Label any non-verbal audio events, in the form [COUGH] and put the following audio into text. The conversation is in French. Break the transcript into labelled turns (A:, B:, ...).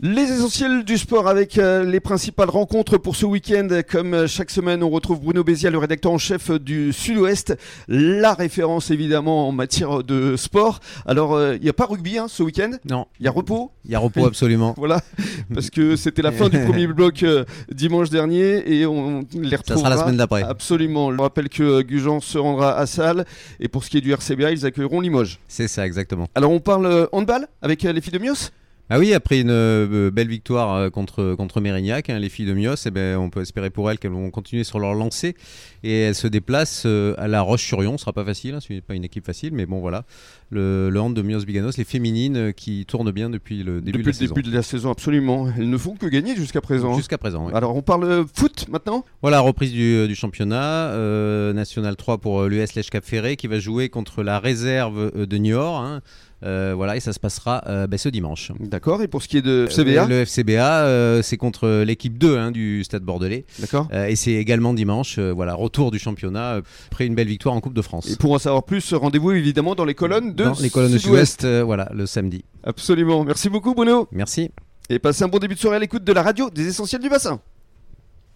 A: Les essentiels du sport avec euh, les principales rencontres pour ce week-end. Comme euh, chaque semaine, on retrouve Bruno Bézia, le rédacteur en chef euh, du Sud-Ouest, la référence évidemment en matière de sport. Alors, euh, il n'y a pas rugby hein, ce week-end,
B: Non,
A: il y a repos, [LAUGHS]
B: il y a repos absolument.
A: voilà, parce que c'était la
B: [LAUGHS]
A: fin du premier bloc euh, dimanche dernier et on les
B: Ça sera
A: retrouvera.
B: la semaine d'après.
A: Absolument. Je rappelle que euh, Gujan se rendra à Salle et pour ce qui est du RCBA, ils accueilleront Limoges.
B: C'est ça, exactement.
A: Alors, on parle euh, handball avec euh, les filles de Mios
B: Ah oui, après une euh, belle victoire euh, contre, contre Mérignac, hein, les filles de Mios, eh ben, on peut espérer pour elles qu'elles vont continuer sur leur lancée. Et elles se déplacent euh, à la Roche-sur-Yon. Ce sera pas facile, hein, c'est pas une équipe facile, mais bon, voilà. Le, le hand de Mios Biganos, les féminines euh, qui tournent bien depuis le début
A: depuis
B: de la
A: le
B: saison.
A: début de la saison, absolument. Elles ne font que gagner jusqu'à présent.
B: Jusqu'à présent, oui.
A: Alors on parle euh, foot maintenant
B: Voilà, reprise du, du championnat. euh, National 3 pour euh, l'US Lèche Cap Ferré qui va jouer contre la réserve euh, de Niort. hein. Euh, voilà, et ça se passera euh, ben, ce dimanche.
A: D'accord, et pour ce qui est de CBA
B: Euh, Le FCBA, euh, c'est contre l'équipe 2 hein, du Stade Bordelais.
A: D'accord
B: Euh, et c'est également dimanche, euh, voilà, retour du championnat euh, après une belle victoire en Coupe de France.
A: Et pour en savoir plus, rendez-vous évidemment dans les colonnes de
B: Dans les colonnes de
A: Sud-Ouest.
B: Sud-Ouest, euh, voilà, le samedi.
A: Absolument, merci beaucoup Bruno
B: Merci.
A: Et passez un bon début de soirée à l'écoute de la radio des Essentiels du Bassin